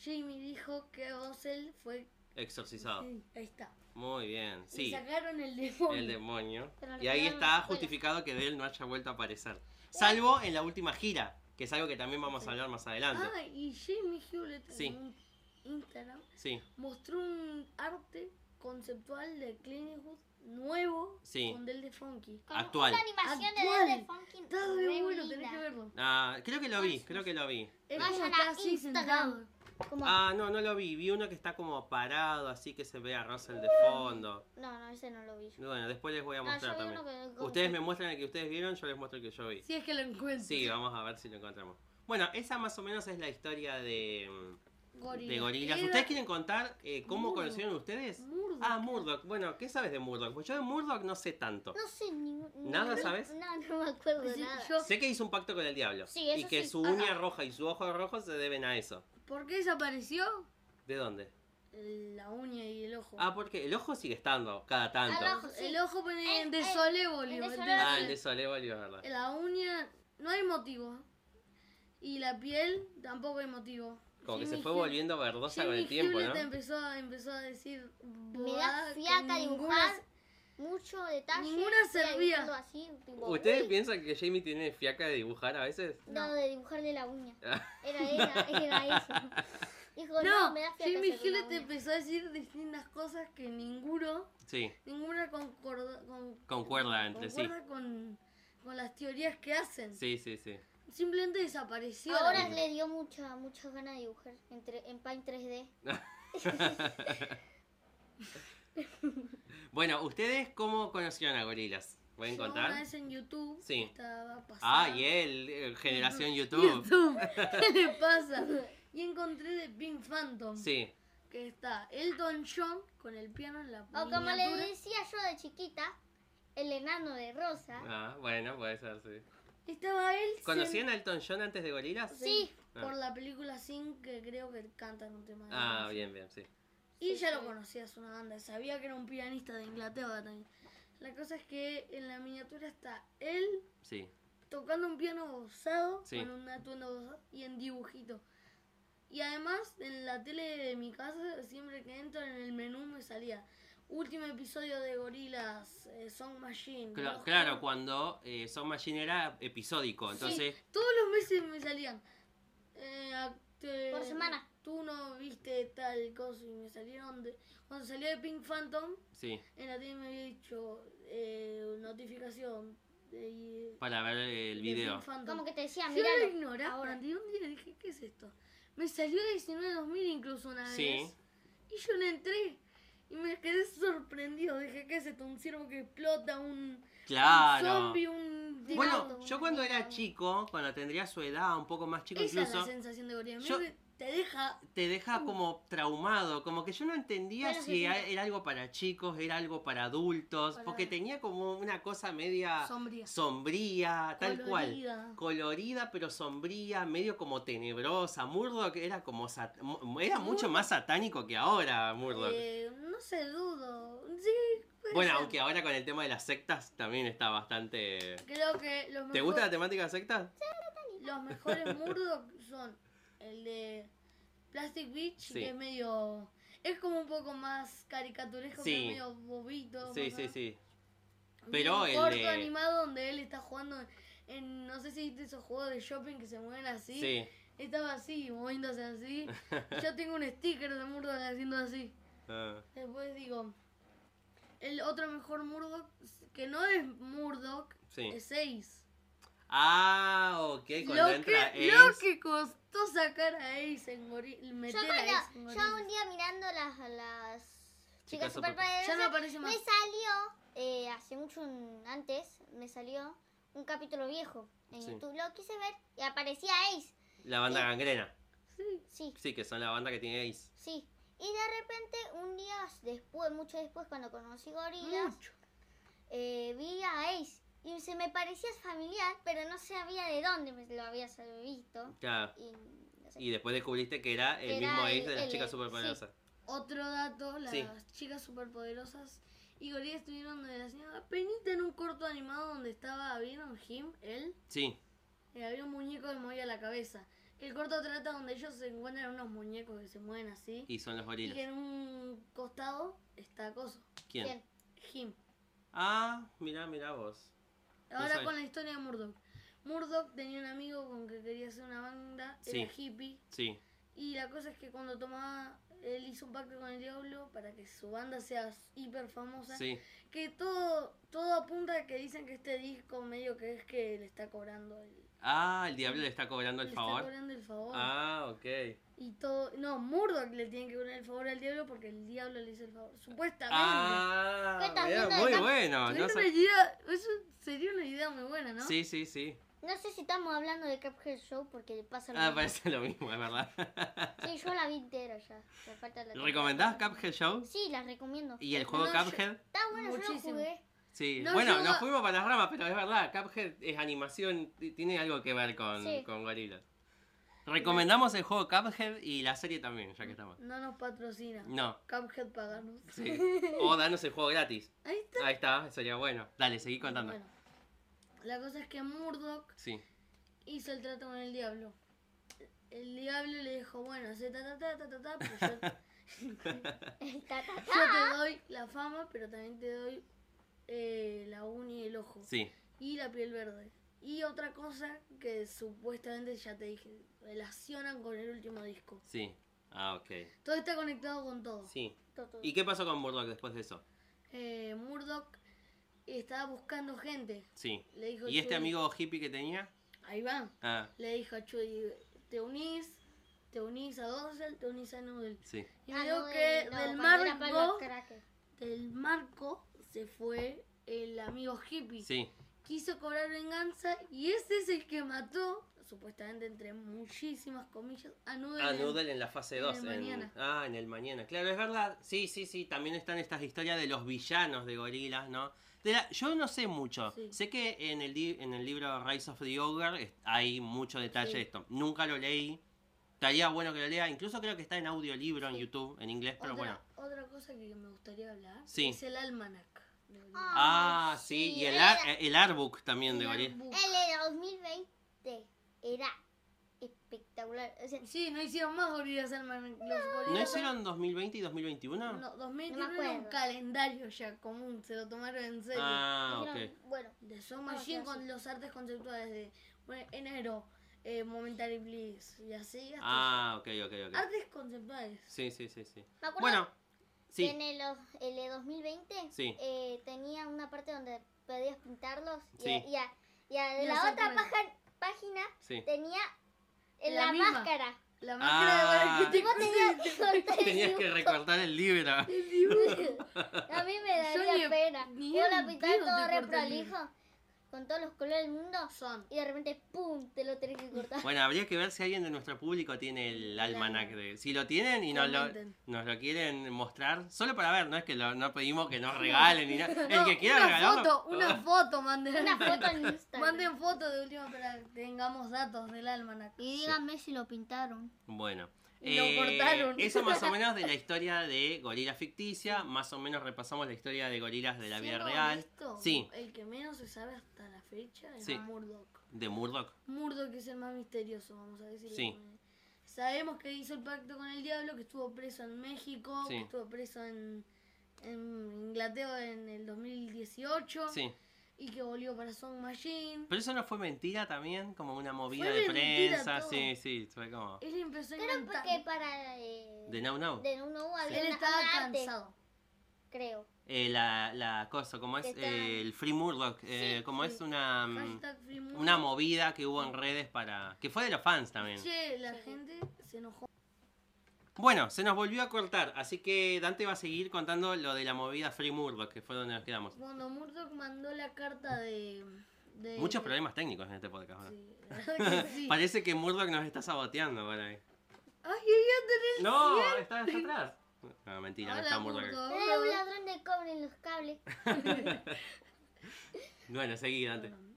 S3: Jamie dijo que vos él fue.
S1: exorcizado.
S3: Sí, ahí está.
S1: Muy bien,
S3: Y
S1: sí.
S3: sacaron el demonio.
S1: El demonio.
S2: Pero le
S1: Y ahí
S2: quedaron
S1: está
S2: las secuelas.
S1: justificado que Adele no haya vuelto a aparecer. Salvo en la última gira, que es algo que también vamos a hablar más adelante.
S3: Ah, y Jamie Hewlett
S1: Sí.
S3: en un Instagram
S1: Sí,
S3: mostró un arte conceptual de Clint Eastwood nuevo
S1: Sí.
S3: con del de Funky.
S2: Con
S1: Actual.
S2: Una animación de
S3: Actual.
S2: Death Funky.
S3: Está
S2: re
S3: muy bueno,
S2: linda.
S3: tenés que verlo.
S1: Ah, creo que lo vi, creo que lo vi.
S3: Es
S2: Vayan
S3: como
S2: a
S3: está así
S2: Instagram.
S3: sentado.
S2: Como-
S1: Ah, no, no lo vi. Vi uno que está como parado, así que se ve a Russell de fondo.
S2: No, no, ese no lo vi. yo.
S1: Bueno, después les voy a
S2: No,
S1: mostrar
S2: Ah, yo vi uno
S1: también.
S2: que-
S1: Ustedes me muestran el que ustedes vieron, yo les muestro el que yo vi.
S3: Si es que lo encuentro.
S1: Sí, vamos a ver si lo encontramos. Bueno, esa más o menos es la historia de, mm,
S3: Gorila.
S1: de gorilas.
S3: Era
S1: ¿Ustedes quieren contar eh, cómo
S3: Murdoch.
S1: conocieron ustedes?
S3: Murdoch.
S1: Ah, Murdoch. Bueno, ¿qué sabes de Murdoch? Pues yo de Murdoch no sé tanto.
S2: No sé ningún.
S1: ¿Nada sabes?
S2: No, no me acuerdo
S3: Sí,
S2: nada.
S3: yo-
S1: Sé que hizo un pacto con el diablo.
S2: Sí, eso
S1: y que
S2: sí.
S1: su uña
S2: Ajá.
S1: roja y su ojo rojo se deben a eso.
S3: ¿Por qué desapareció?
S1: ¿De dónde?
S3: La uña y el ojo.
S1: Ah, porque el ojo sigue estando cada tanto.
S2: Abajo. sí.
S3: El ojo pone
S2: El-
S3: de
S2: el-
S3: solévolio.
S2: el de
S1: Ah,
S2: Solevolio.
S1: el de Solevolio, es verdad.
S3: La uña, no hay motivo. Y la piel, tampoco hay motivo.
S1: Como que se
S3: Jimmy
S1: fue
S3: Hill-
S1: volviendo verdosa con
S3: Jimmy
S1: el tiempo,
S3: Hewlett
S1: ¿no?
S3: empezó, a- empezó a decir.
S2: Me da fiaca dibujar mucho detalle.
S3: ninguna
S2: estoy
S3: servía.
S2: dibujando Así, tipo,
S1: ¿Ustedes
S2: uy,
S1: piensan que Jamie tiene fiaca de dibujar a veces?
S2: No, de dibujarle la uña. Era, era, era eso. Dijo, no,
S3: No,
S2: me da fiaca.
S3: Jimmy
S2: hacer una
S3: Hewlett
S2: uña".
S3: empezó a decir distintas cosas que ninguno,
S1: Sí,
S3: ninguna concorda, con,
S1: concuerda entre sí.
S3: concuerda con, con las teorías que hacen.
S1: Sí, sí, sí.
S3: Simplemente desapareció.
S2: Ahora
S1: uña.
S2: le dio mucha, muchas ganas de dibujar entre, en Paint 3D.
S1: Bueno, ¿ustedes cómo conocieron a gorilas? ¿Pueden
S3: Yo
S1: contar?
S3: Una vez en YouTube
S1: Sí.
S3: estaba pasando.
S1: Ah, y él, eh, generación YouTube.
S3: YouTube. ¿Qué le pasa? Y encontré de Pink Phantom.
S1: Sí,
S3: Que está Elton John con el piano en la
S2: O como le
S3: miniatura.
S2: decía yo de chiquita, el enano de rosa.
S1: ah, bueno, puede ser, sí.
S3: Estaba él.
S1: ¿Conocían a Elton John antes de gorilas?
S2: Sí.
S1: Ah.
S3: Por la película Sin que creo que cantan un tema de
S1: Ah,
S3: ellos.
S1: bien, bien, sí.
S3: Y
S2: Sí,
S3: ya lo
S2: sí.
S3: conocía, es una banda. Sabía que era un pianista de Inglaterra también. La cosa es que en la miniatura está él
S1: Sí.
S3: tocando un piano bozado,
S1: Sí.
S3: con un atuendo bozado y en dibujito. Y además, en la tele de mi casa, siempre que entro en el menú me salía último episodio de Gorilas, eh, Song Machine.
S1: Cla-
S3: Rock
S1: claro,
S3: Band".
S1: cuando eh, Sound Machine era episódico, entonces...
S3: Todos los meses me salían. eh, act-
S2: Por semana.
S3: Tú no viste tal cosa y me salieron de... Cuando salió de Pink Phantom,
S1: Sí,
S3: en la tele me había dicho eh, notificación. De,
S1: para ver el
S3: de
S1: video.
S3: Pink Phantom.
S2: Como que te decía,
S3: Yo
S2: mira.
S3: lo ignoraba.
S2: ahora".
S3: y un día dije, ¿qué es esto? Me salió 19.000 incluso una
S1: Sí.
S3: vez. Y yo le entré. Y me quedé sorprendido. Dije, ¿qué es esto? Un ciervo que explota, un,
S1: Claro.
S3: un zombie, un...
S1: Bueno,
S2: Digamos,
S1: yo cuando era
S2: digamos.
S1: chico, cuando tendría su edad, un poco más chico
S3: Esa es la
S1: incluso,
S3: sensación de gorila.
S1: yo-
S3: Me- Te deja...
S1: te deja como traumado, como que yo no entendía
S2: Bueno,
S1: si
S2: sí,
S1: a-
S2: sí.
S1: era algo para chicos, era algo para adultos,
S3: Para-
S1: porque tenía como una cosa media
S3: Sombría.
S1: sombría, Ah, tal
S3: Colorida.
S1: cual, colorida pero sombría, medio como tenebrosa. Murdoch era como sat- mu- era mucho
S3: Murdoch.
S1: más satánico que ahora Murdoch.
S3: Eh, no sé, dudo. Sí, puede
S1: bueno,
S3: ser.
S1: aunque ahora con el tema de las sectas también está bastante
S3: Creo que los,
S1: ¿Te
S3: mejor-
S1: gusta la temática de sectas?
S3: los mejores Murdoch son el de Plastic Beach,
S1: Sí.
S3: que es medio... Es como un poco más caricaturesco,
S1: Sí.
S3: que es medio bobito.
S1: Sí,
S3: más o
S1: sí,
S3: menos.
S1: sí.
S3: Y
S1: Pero
S3: un
S1: el
S3: corto
S1: de-
S3: animado donde él está jugando en... No sé si viste esos juegos de shopping que se mueven así.
S1: Sí.
S3: Estaba así, moviéndose así. Yo tengo un sticker de Murdoch haciendo así.
S1: Ah.
S3: Después digo, El otro mejor Murdoch, que no es Murdoch,
S1: Sí.
S3: es Ace.
S1: Ah, ok, cuando
S3: Lo que,
S1: entra Ace.
S3: lo que costó sacar a Ace en Gorilla.
S2: Yo,
S3: Meter a
S2: cuando-
S3: Ace en
S2: yo
S3: Gorillaz.
S2: un día mirando las, las
S1: Chicas
S2: chicas
S1: super-
S2: superpoderosas,
S3: Ya no aparece
S2: me
S3: más.
S2: salió, eh, hace mucho un- antes, me salió un capítulo viejo en
S1: Sí.
S2: YouTube. Lo quise ver y aparecía Ace.
S1: La banda gangrena.
S3: Sí.
S2: Sí,
S1: Sí, que son la banda que tiene Ace.
S2: sí. Y de repente, un día después, mucho después, cuando conocí Gorilas,
S3: Mucho.
S2: eh, vi a Ace. Y se me parecía familiar, pero no sabía de dónde me lo había visto.
S1: Claro.
S2: Y, no sé.
S1: Y después descubriste que era el
S2: Era
S1: mismo
S2: el-
S1: Ace de las
S2: el-
S1: chicas
S2: sí.
S1: superpoderosas.
S3: Otro dato, las
S1: Sí.
S3: chicas superpoderosas y Gorilla estuvieron de la señora Penita en un corto animado donde estaba, ¿vieron? Jim, él,
S1: Sí.
S3: y había un muñeco que movía la cabeza. El corto trata donde ellos se encuentran unos muñecos que se mueven así
S1: Y son los
S3: y que
S1: gorilas.
S3: en un costado está Coso,
S1: ¿Quién?
S2: Bien.
S3: Jim.
S1: Ah, mirá, mirá vos.
S3: Ahora
S1: sabe.
S3: con la historia de Murdoch. Murdoch tenía un amigo con que quería hacer una banda,
S1: Sí.
S3: era hippie,
S1: Sí.
S3: y la cosa es que cuando tomaba, él hizo un pacto con el diablo para que su banda sea hiper famosa.
S1: Sí.
S3: Que todo, todo apunta a que dicen que este disco medio que es que le está cobrando el,
S1: Ah, el diablo le está cobrando el
S3: le
S1: favor.
S3: Está cobrando el favor.
S1: Ah, ok.
S3: Y todo, no, Murdoch le tiene que cobrar el favor al diablo porque el diablo le hizo el favor,
S2: ¿Qué
S3: supuestamente.
S1: Ah,
S2: estás
S1: mirá,
S2: viendo
S1: muy
S2: acá?
S1: bueno.
S3: Sería
S1: no
S3: una
S1: sab-
S3: idea- eso sería una idea muy buena, ¿no?
S1: Sí, sí, sí.
S2: No sé si estamos hablando de Cuphead Show porque le pasa lo
S1: Ah,
S2: mismo.
S1: parece lo mismo, es verdad.
S2: Sí, yo la vi entera ya. Me falta la
S1: ¿Recomendás Cuphead Show?
S2: Sí, la recomiendo.
S1: ¿Y el juego
S3: No, yo-
S1: Cuphead?
S2: Está bueno, yo
S3: Muchísimo.
S2: lo jugué.
S1: Sí,
S3: No
S1: bueno,
S3: llega-
S1: nos fuimos para las ramas, pero es verdad, Cuphead es animación, t- tiene algo que ver con,
S2: Sí.
S1: con gorilas. Recomendamos el juego Cuphead y la serie también, ya que estamos.
S3: No nos patrocina.
S1: No,
S3: Cuphead paganos.
S1: sí. O danos el juego gratis.
S3: Ahí está.
S1: Ahí está, sería bueno. Dale, seguí contando.
S3: Bueno, la cosa es que Murdoch
S1: Sí,
S3: hizo el trato con el diablo. El diablo le dijo, bueno, hace ta ta ta ta ta ta, pero yo
S2: Ta, ta, ta.
S3: Yo te doy la fama, pero también te doy eh, la uni y el ojo.
S1: sí,
S3: Y la piel verde. Y otra cosa que supuestamente ya te dije, relacionan con el último disco.
S1: sí. Ah, ok.
S3: Todo está conectado con todo.
S1: Sí.
S2: To, to.
S1: ¿Y qué pasó con Murdoch después de eso?
S3: Eh, Murdoch estaba buscando gente.
S1: Sí.
S3: Le dijo
S1: ¿Y este
S3: Judy-
S1: amigo hippie que tenía?
S3: Ahí va.
S1: Ah,
S3: Le dijo a Chuy, te unís, te unís a Dozel, te unís a Noodle.
S1: sí.
S3: Y
S2: Ah,
S3: veo
S2: no,
S3: que
S2: no,
S3: del,
S2: cuando era Palma
S3: marco,
S2: Cracker.
S3: del marco se fue el amigo hippie.
S1: Sí,
S3: quiso cobrar venganza y ese es el que mató, supuestamente entre muchísimas comillas, a Noodle.
S1: Ah, Noodle en la fase
S3: en
S1: 2.
S3: el mañana.
S1: ah, en el mañana. Claro, es verdad. Sí, sí, sí. También están estas historias de los villanos de gorilas, ¿no? De la- yo no sé mucho.
S3: Sí.
S1: Sé que en el, li- en el libro Rise of the Ogre es- hay mucho detalle
S3: Sí.
S1: de esto. Nunca lo leí. Estaría bueno que lo lea. Incluso creo que está en audiolibro en
S3: Sí.
S1: YouTube, en inglés, pero
S3: Otra,
S1: Ah, bueno.
S3: otra cosa que me gustaría hablar
S1: Sí.
S3: es el almanac. de Oliver.
S2: Ah,
S1: Ah, sí.
S2: sí,
S1: Y el,
S2: era-
S1: ar- el artbook también de
S3: El
S1: gorilas.
S3: artbook.
S2: El de 2020 era espectacular. O sea,
S3: Sí, no hicieron más gorilas almanac. Los
S1: ¿No
S3: gorilas
S1: hicieron 2020 y 2021?
S3: No,
S2: No
S3: 2001
S2: me
S3: era un
S2: acuerdo.
S3: calendario ya común, se lo tomaron en serio.
S1: ah,
S2: dijeron,
S1: ok.
S2: bueno,
S3: De Son
S2: Ah,
S3: Machine
S2: sí,
S3: con
S2: sí.
S3: los artes conceptuales de bueno, enero, eh, Momentary Bliss y así. hasta-
S1: Ah, ok, ok, ok.
S3: Artes conceptuales.
S1: Sí, sí, sí, sí.
S2: me acuerdo
S1: Bueno, sí.
S2: que en el, o- el de 2020
S1: Sí.
S2: eh, tenía una parte donde podías pintarlos y,
S1: Sí.
S2: y a, y a- de
S3: Y
S2: la
S3: hacer
S2: otra
S3: poner-
S2: paja- página
S1: Sí.
S2: tenía
S3: La
S2: la,
S3: misma.
S2: máscara.
S3: La máscara
S1: Ah.
S3: de
S2: Y vos tenías que cortar el
S1: Tenías que
S2: dibujo.
S1: recortar el libro.
S2: A mí me
S3: Yo
S2: daría
S3: ni-
S2: pena.
S3: ni
S2: Yo la
S3: en
S2: pintaba
S3: pedo
S2: todo
S3: te
S2: re
S3: corto el libro.
S2: prolijo, con todos los colores del mundo,
S3: Son.
S2: y de repente, ¡pum! te lo tenés que cortar.
S1: Bueno, habría que ver si alguien de nuestro público tiene el almanac. De... Si lo tienen y nos lo,
S3: Comenten.
S1: nos lo quieren mostrar, solo para ver, no es que lo- no pedimos que nos regalen ni nada. El que quiera
S3: una
S1: regalarlo. ah,
S3: Foto, una foto, manden.
S2: Una foto en Instagram.
S3: Manden fotos de última para que tengamos datos del almanac.
S2: Y díganme si lo pintaron.
S1: Bueno. eh,
S3: Y lo cortaron.
S1: Eso más o menos de la historia de Gorila Ficticia. Más o menos repasamos la historia de gorilas de la vida
S3: Siendo
S1: real.
S3: honesto,
S1: Sí,
S3: El que menos se sabe hasta la fecha es
S1: Sí.
S3: Murdoch.
S1: de Murdoch.
S3: Murdoch es el más misterioso, vamos a decirlo.
S1: Sí.
S3: Sabemos que hizo el pacto con el diablo, que estuvo preso en México,
S1: Sí.
S3: que estuvo preso en, en Inglaterra en el 2018
S1: Sí.
S3: y que volvió para Song Machine.
S1: Pero eso no fue mentira también, como una movida
S3: Fue
S1: de
S3: mentira
S1: prensa.
S3: todo.
S1: Sí, sí, fue como.
S3: Él empezó a
S2: Creo
S3: inventar.
S2: que para. eh,
S1: De Now Now.
S2: de uno
S3: Él
S2: había una,
S3: estaba
S2: una arte.
S3: cansado.
S2: creo.
S1: Eh, la, la cosa, como es
S2: Está-
S1: Eh, el Free Murdoch, eh,
S3: Sí,
S1: como
S3: sí.
S1: es una, mm,
S3: Hashtag Free Moon.
S1: una movida que hubo en redes para. que fue de los fans también.
S3: Che, la
S2: Sí.
S3: gente se enojó.
S1: Bueno, se nos volvió a cortar, así que Dante va a seguir contando lo de la movida Free Murdoch, que fue donde nos quedamos.
S3: Cuando Murdoch mandó la carta de. de-
S1: Muchos problemas técnicos en este podcast. ¿verdad?
S3: Sí, la verdad que sí. Ay,
S1: Parece que Murdoch nos está saboteando por ahí.
S3: ay, ay,
S1: No, está, está atrás. No, mentira, no
S3: Hola,
S1: está Murdoch.
S3: Murdoch.
S2: Era un ladrón de cobre en los cables.
S1: Bueno, seguí, Dante.
S3: Bueno,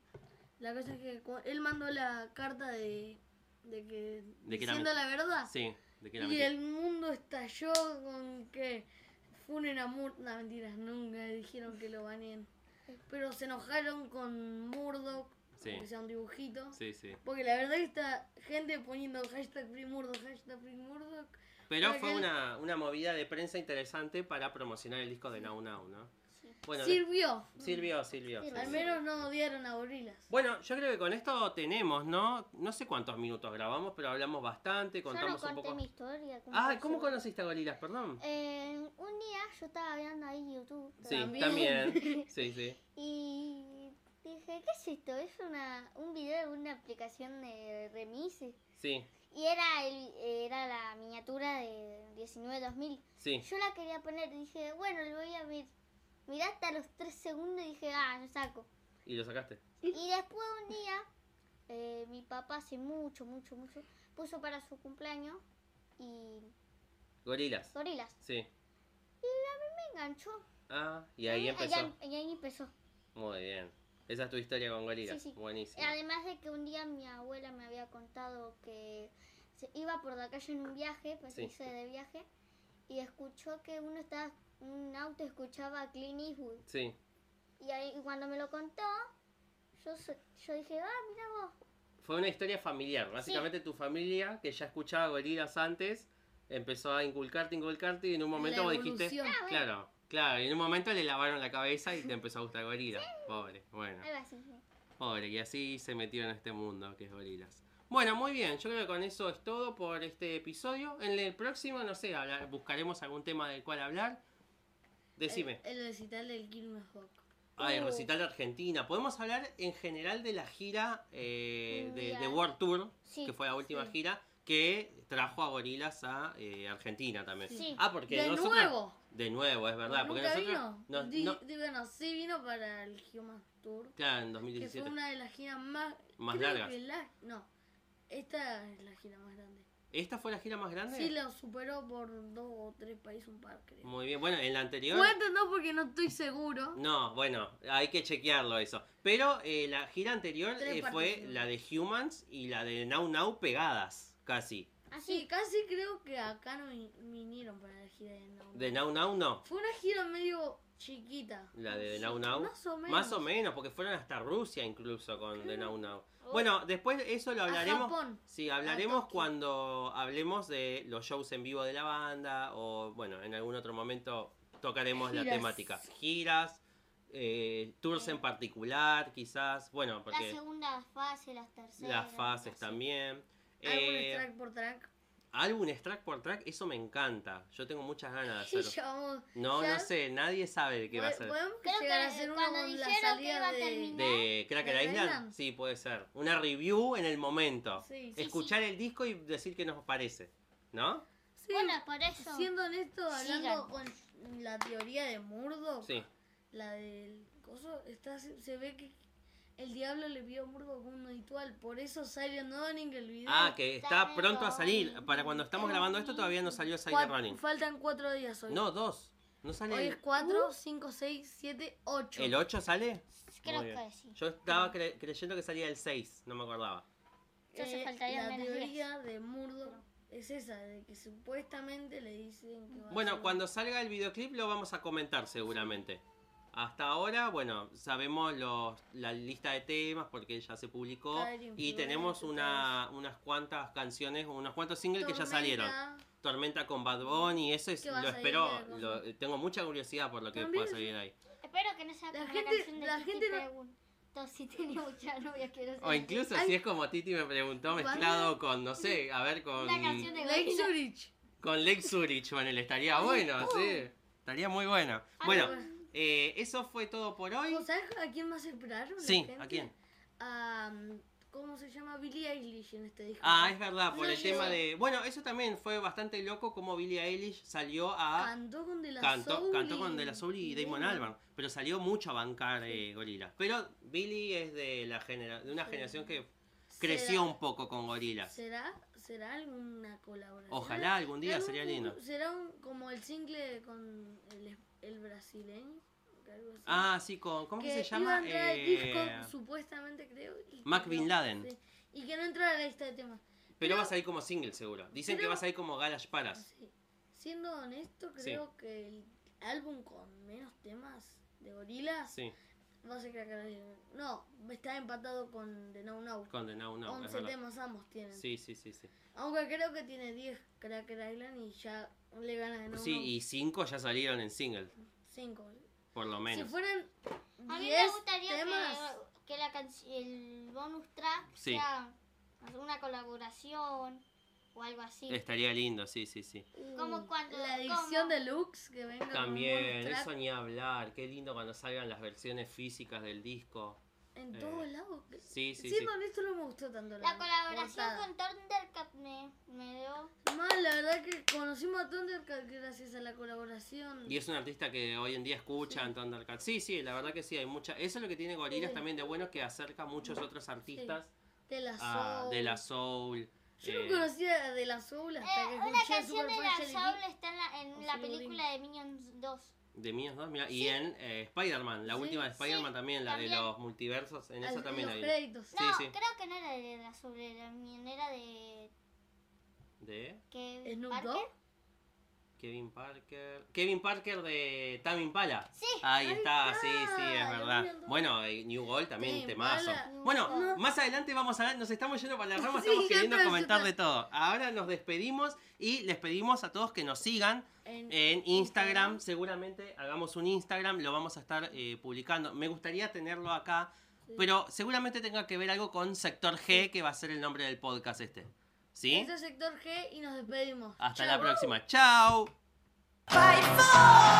S3: La cosa es que cu- él mandó la carta de, de que.
S1: De que era
S3: diciendo la verdad.
S1: Ah. Sí, de que
S3: y
S1: era mentira.
S3: el mundo estalló con que. Funen a Murdoch. No, mentiras, nunca dijeron que lo baneen. Pero se enojaron con Murdoch.
S1: Sí.
S3: Que sea un dibujito.
S1: Sí, sí.
S3: Porque la verdad que está gente poniendo hashtag Free Murdoch, hashtag Free Murdoch.
S1: Pero
S3: Creo
S1: fue
S3: que-
S1: una, una movida de prensa interesante para promocionar el disco de Now Now, ¿no? Bueno,
S3: Sirvió.
S1: de- sirvió, sirvió.
S2: Sirvió.
S1: sí,
S3: Al
S1: sí.
S3: menos no odiaron a gorilas.
S1: Bueno, yo creo que con esto tenemos, ¿no? No sé cuántos minutos grabamos, pero hablamos bastante,
S2: Yo no
S1: contamos un
S2: conté
S1: poco.
S2: mi historia. como
S1: Ah,
S2: pasó.
S1: ¿cómo conociste a Gorilas? Perdón.
S2: Eh, un día yo estaba viendo ahí YouTube.
S1: Sí,
S3: también.
S1: también. Sí, sí.
S2: Y dije, ¿qué es esto? Es una, un video de una aplicación de remises.
S1: Sí,
S2: Y era, el, era la miniatura de 19-2000.
S1: sí.
S2: Yo la quería poner y dije, bueno, lo voy a ver. Mirá hasta los 3 segundos y dije, ah, lo saco.
S1: Y lo sacaste.
S2: Y después un día, eh, mi papá hace mucho, mucho, mucho, puso para su cumpleaños y
S1: Gorilas.
S2: gorilas.
S1: Sí.
S2: Me enganchó.
S1: Ah, y ahí
S2: Ah, ya-
S1: empezó.
S2: Y ahí empezó.
S1: Muy bien. Esa es tu historia con Gorilas.
S2: Sí, sí.
S1: Buenísimo.
S2: Además de que un día mi abuela me había contado que se iba por la calle en un viaje, pues
S1: Sí.
S2: hice de viaje, y escuchó que uno estaba, un auto escuchaba a Clint Eastwood.
S1: Sí.
S2: Y ahí y cuando me lo contó, yo, se- yo dije, ah, mira vos.
S1: Fue una historia familiar. Básicamente tu familia, que ya escuchaba gorilas antes, empezó a inculcarte, inculcarte y en un momento
S3: La
S1: vos dijiste...
S3: evolución.
S2: Ah,
S1: Claro, claro. Y en un momento le lavaron la cabeza y te empezó a gustar gorilas. Pobre, bueno.
S2: Algo así.
S1: Pobre, y así se metió en este mundo que es gorilas. Bueno, muy bien. Yo creo que con eso es todo por este episodio. En el próximo, no sé, hablar- buscaremos algún tema del cual hablar. Decime.
S3: El, el recital del Kirmes Hawk.
S1: Ah, el
S2: Uh.
S1: recital de Argentina. Podemos hablar en general de la gira eh,
S3: Mm,
S1: de, de
S2: Mundial.
S1: World Tour,
S2: Sí,
S1: que fue la última
S2: sí.
S1: gira, que trajo a gorilas a eh, Argentina también.
S2: Sí.
S1: Ah, porque
S3: De
S1: nosotros-
S3: nuevo.
S1: De nuevo, es verdad. Porque
S3: Nunca
S1: nosotros.
S3: vino.
S1: no-
S3: Di-
S1: no-
S3: di- bueno, sí vino para el Human Tour.
S1: claro, en
S3: Que
S1: 2017.
S3: fue una de las giras más.
S1: Más
S3: creo
S1: largas.
S3: que la- no. Esta es la gira más grande.
S1: ¿Esta fue la gira más grande?
S3: Sí, la superó por dos o tres países, un par, creo.
S1: Muy bien. Bueno, en la anterior.
S3: Cuento no porque no estoy seguro.
S1: No, bueno, hay que chequearlo eso. Pero eh, la gira anterior
S3: Tres
S1: eh, fue
S3: participantes.
S1: la de Humans y la de Now Now pegadas, casi.
S3: Sí,
S2: Así.
S3: casi creo que acá no vi- vinieron para la gira de Now.
S1: De Now Now no.
S3: Fue una gira medio chiquita.
S1: La de
S3: Sí,
S1: Now Now.
S3: Más o menos.
S1: Más o menos, porque fueron hasta Rusia incluso con The Now Now.
S2: Oh.
S1: Bueno, después eso lo
S3: A
S1: hablaremos.
S3: Japón.
S1: Sí, hablaremos
S3: Tokio.
S1: cuando hablemos de los shows en vivo de la banda o, bueno, en algún otro momento tocaremos la
S3: Giras.
S1: temática. Giras, eh, tours en particular, quizás. Bueno,
S2: La
S1: porque
S2: segunda fase, las terceras.
S1: las fases
S2: así.
S1: también.
S3: Álbumes
S1: Eh,
S3: track por track.
S1: álbumes track por track, eso me encanta. Yo tengo muchas ganas de
S3: Y
S1: hacerlo.
S3: ya vamos.
S1: No,
S3: ya
S1: no sé, nadie sabe qué va a
S3: pode-
S1: ser.
S3: Podemos
S2: Creo
S3: llegar
S2: que
S3: a hacer uno
S2: cuando
S3: con la
S2: dijeron que iba
S3: salida
S2: a
S3: de.
S2: terminar-
S1: ¿De Cracker
S3: ¿De
S1: Island?
S3: Island?
S1: Sí, puede ser. Una review en el momento.
S3: Sí, sí,
S1: Escuchar el disco y decir qué nos parece. ¿No?
S3: Sí,
S2: Bueno, por eso.
S3: siendo honesto, hablando
S2: Sigan.
S3: con la teoría de Murdoch,
S1: Sí.
S3: la del coso, está, se se ve que el diablo le pidió a Murdoch un ritual. Por eso salió Donning el video.
S1: Ah, que está
S2: Silent
S1: pronto a salir.
S2: Running.
S1: Para cuando estamos grabando esto todavía no salió Silent
S3: Cuat-
S1: Running.
S3: Faltan cuatro días hoy.
S1: No, dos. No
S3: Hoy
S1: sale
S3: es
S1: el...
S2: Uh.
S3: 4, 5, 6, 7, 8.
S1: ¿El 8 sale?
S2: Creo
S1: Muy bien.
S2: que sí.
S1: Yo estaba cre- creyendo que salía el 6, no me acordaba.
S2: Entonces faltarían
S3: Eh, La
S2: menos
S3: teoría de Murdoch es esa, de que supuestamente le dicen que va a ser
S1: Bueno,
S3: un-
S1: cuando salga el videoclip lo vamos a comentar seguramente. Hasta ahora, bueno, sabemos los, la lista de temas porque ya se publicó
S3: Cada
S1: y
S3: influencer,
S1: tenemos una, unas cuantas canciones, unos cuantos singles que ya salieron.
S3: Tormenta.
S1: Tormenta con Bad Bunny, eso es,
S3: Que va a
S1: lo
S3: salir
S1: espero,
S3: algo.
S1: lo- tengo mucha curiosidad por lo que
S3: También
S1: pueda salir ahí.
S2: Espero que no sea
S3: La
S2: como
S3: gente-
S2: la canción de
S3: la
S2: Titi
S3: gente no-
S2: preguntó si tenía mucha novia, quiero ser
S1: O incluso
S3: Ay.
S1: si es como Titi me preguntó,
S3: Banda-
S1: mezclado con, no sé, a ver, con,
S2: Una canción de
S3: Lake
S2: Gorillaz.
S3: Zurich.
S1: con Lake Zurich, bueno, le estaría bueno, sí. Estaría muy bueno.
S2: Ah,
S1: Bueno,
S3: bueno.
S1: eh, eso fue todo por hoy.
S3: ¿Vos ¿Sabes a quién más esperaron? la
S1: Sí,
S3: gente?
S1: ¿a quién?
S3: A, um, ¿Cómo se llama? Billie Eilish en este disco.
S1: Ah, es verdad, por
S3: No
S1: el
S3: llegó.
S1: tema de... Bueno, eso también fue bastante loco como Billie Eilish salió a...
S3: Cantó con De La
S1: Cantó,
S3: Soul.
S1: cantó con
S3: y-
S1: De La Soul y Damon
S3: Damon.
S1: Albarn, pero salió mucho a bancar eh, Gorillaz. Pero Billie es de la genera de una
S3: Sí.
S1: generación que
S3: ¿Será-
S1: creció un poco con Gorillaz.
S3: ¿Será, ¿Será alguna colaboración?
S1: Ojalá algún día
S3: ¿Será
S1: sería
S3: un-
S1: lindo.
S3: ¿Será un- como el single con el, el brasileño? Algo así.
S1: Ah, sí, con ¿cómo
S3: que
S1: se llama?
S3: Iba a entrar al
S1: Eh,
S3: disco, supuestamente creo. y
S1: Mac
S3: que
S1: Bin
S3: no,
S1: Laden.
S3: sí. Y que no entró a la lista de temas.
S1: pero
S3: pero-
S1: va a salir como single seguro. Dicen que
S3: pero-
S1: va a salir como Galas Paras.
S3: Sí. Siendo honesto,
S1: Sí.
S3: creo que el álbum con menos temas de gorilas
S1: Sí,
S3: va a ser Crack Alegre. No, está empatado con The No Now.
S1: con The Now Now, es
S3: 11
S1: verdad.
S3: temas ambos tienen.
S1: Sí, sí, sí, sí.
S3: Aunque creo que tiene 10 Cracker Island y ya le gana de nuevo.
S1: Sí, y cinco ya salieron en single,
S3: 5.
S1: por lo
S3: Si
S1: menos.
S3: fueran
S2: A mí
S3: 10
S2: me gustaría
S3: temas,
S2: que, que la canc- el bonus track
S1: Sí.
S2: sea alguna colaboración o algo así.
S1: Estaría lindo, sí, sí, sí.
S2: Como cuando-
S3: uh, la edición
S2: como-
S3: deluxe que venga con bonus
S1: También,
S3: track
S1: eso ni hablar. Qué lindo cuando salgan las versiones físicas del disco.
S3: en
S1: eh,
S3: todos lados. que-
S1: Sí, sí, sí.
S3: Siendo honesto, no me gustó tanto
S2: La colaboración
S3: portada.
S2: con Thundercat me, me dio.
S3: Más, la verdad que conocimos a Thundercat gracias a la colaboración.
S1: Y es un artista que hoy en día escucha en Thundercat. Sí, sí, la verdad que sí, hay mucha. Eso es lo que tiene Gorillaz
S3: Sí.
S1: también de bueno, que acerca a muchos otros artistas
S3: de la
S1: a-
S3: Soul.
S1: Ah, de la Soul.
S3: Yo
S1: eh,
S3: no conocía de la Soul hasta
S2: Eh,
S3: que
S2: una
S3: escuché
S2: canción de la
S3: Superfly Jelly
S2: Soul está en la, en
S3: con
S2: la
S3: Silver
S2: película de Minions 2.
S1: De Minions 2, mira. Y en eh, Spider-Man, la
S3: Sí,
S1: última de
S3: sí,
S1: Spider-Man también, la de
S2: también.
S1: los multiversos. En
S3: Beat.
S1: esa
S3: Al-
S1: también
S3: los
S1: hay.
S3: créditos.
S1: Sí,
S2: No,
S1: sí.
S2: creo que no era de la Soul, era, de Minions, era de.
S1: De
S2: Que
S3: ¿Snoop
S2: Parker.
S3: Dogg?
S1: Kevin Parker. Kevin Parker de Tame Impala.
S2: Sí,
S1: Ahí
S3: ahí
S1: está,
S3: está,
S1: sí, sí, es
S3: la
S1: verdad.
S3: Minions 2.
S1: Bueno, eh, New Gold también,
S3: Tame
S1: temazo.
S3: Impala.
S1: Bueno,
S3: No.
S1: más adelante vamos a nos estamos yendo para la rama,
S3: Sí,
S1: estamos
S3: ya
S1: queriendo
S3: está, ya
S1: comentar
S3: está.
S1: de todo. Ahora nos despedimos y les pedimos a todos que nos sigan
S3: En-
S1: en Instagram. Seguramente hagamos un Instagram, lo vamos a estar eh, publicando. Me gustaría tenerlo acá,
S3: Sí.
S1: pero seguramente tenga que ver algo con Sector G, que va a ser el nombre del podcast este. ¿Sí?
S3: Esto es Sector G y nos despedimos.
S1: Hasta
S3: Chau.
S1: la próxima. Chao.
S4: Fight for!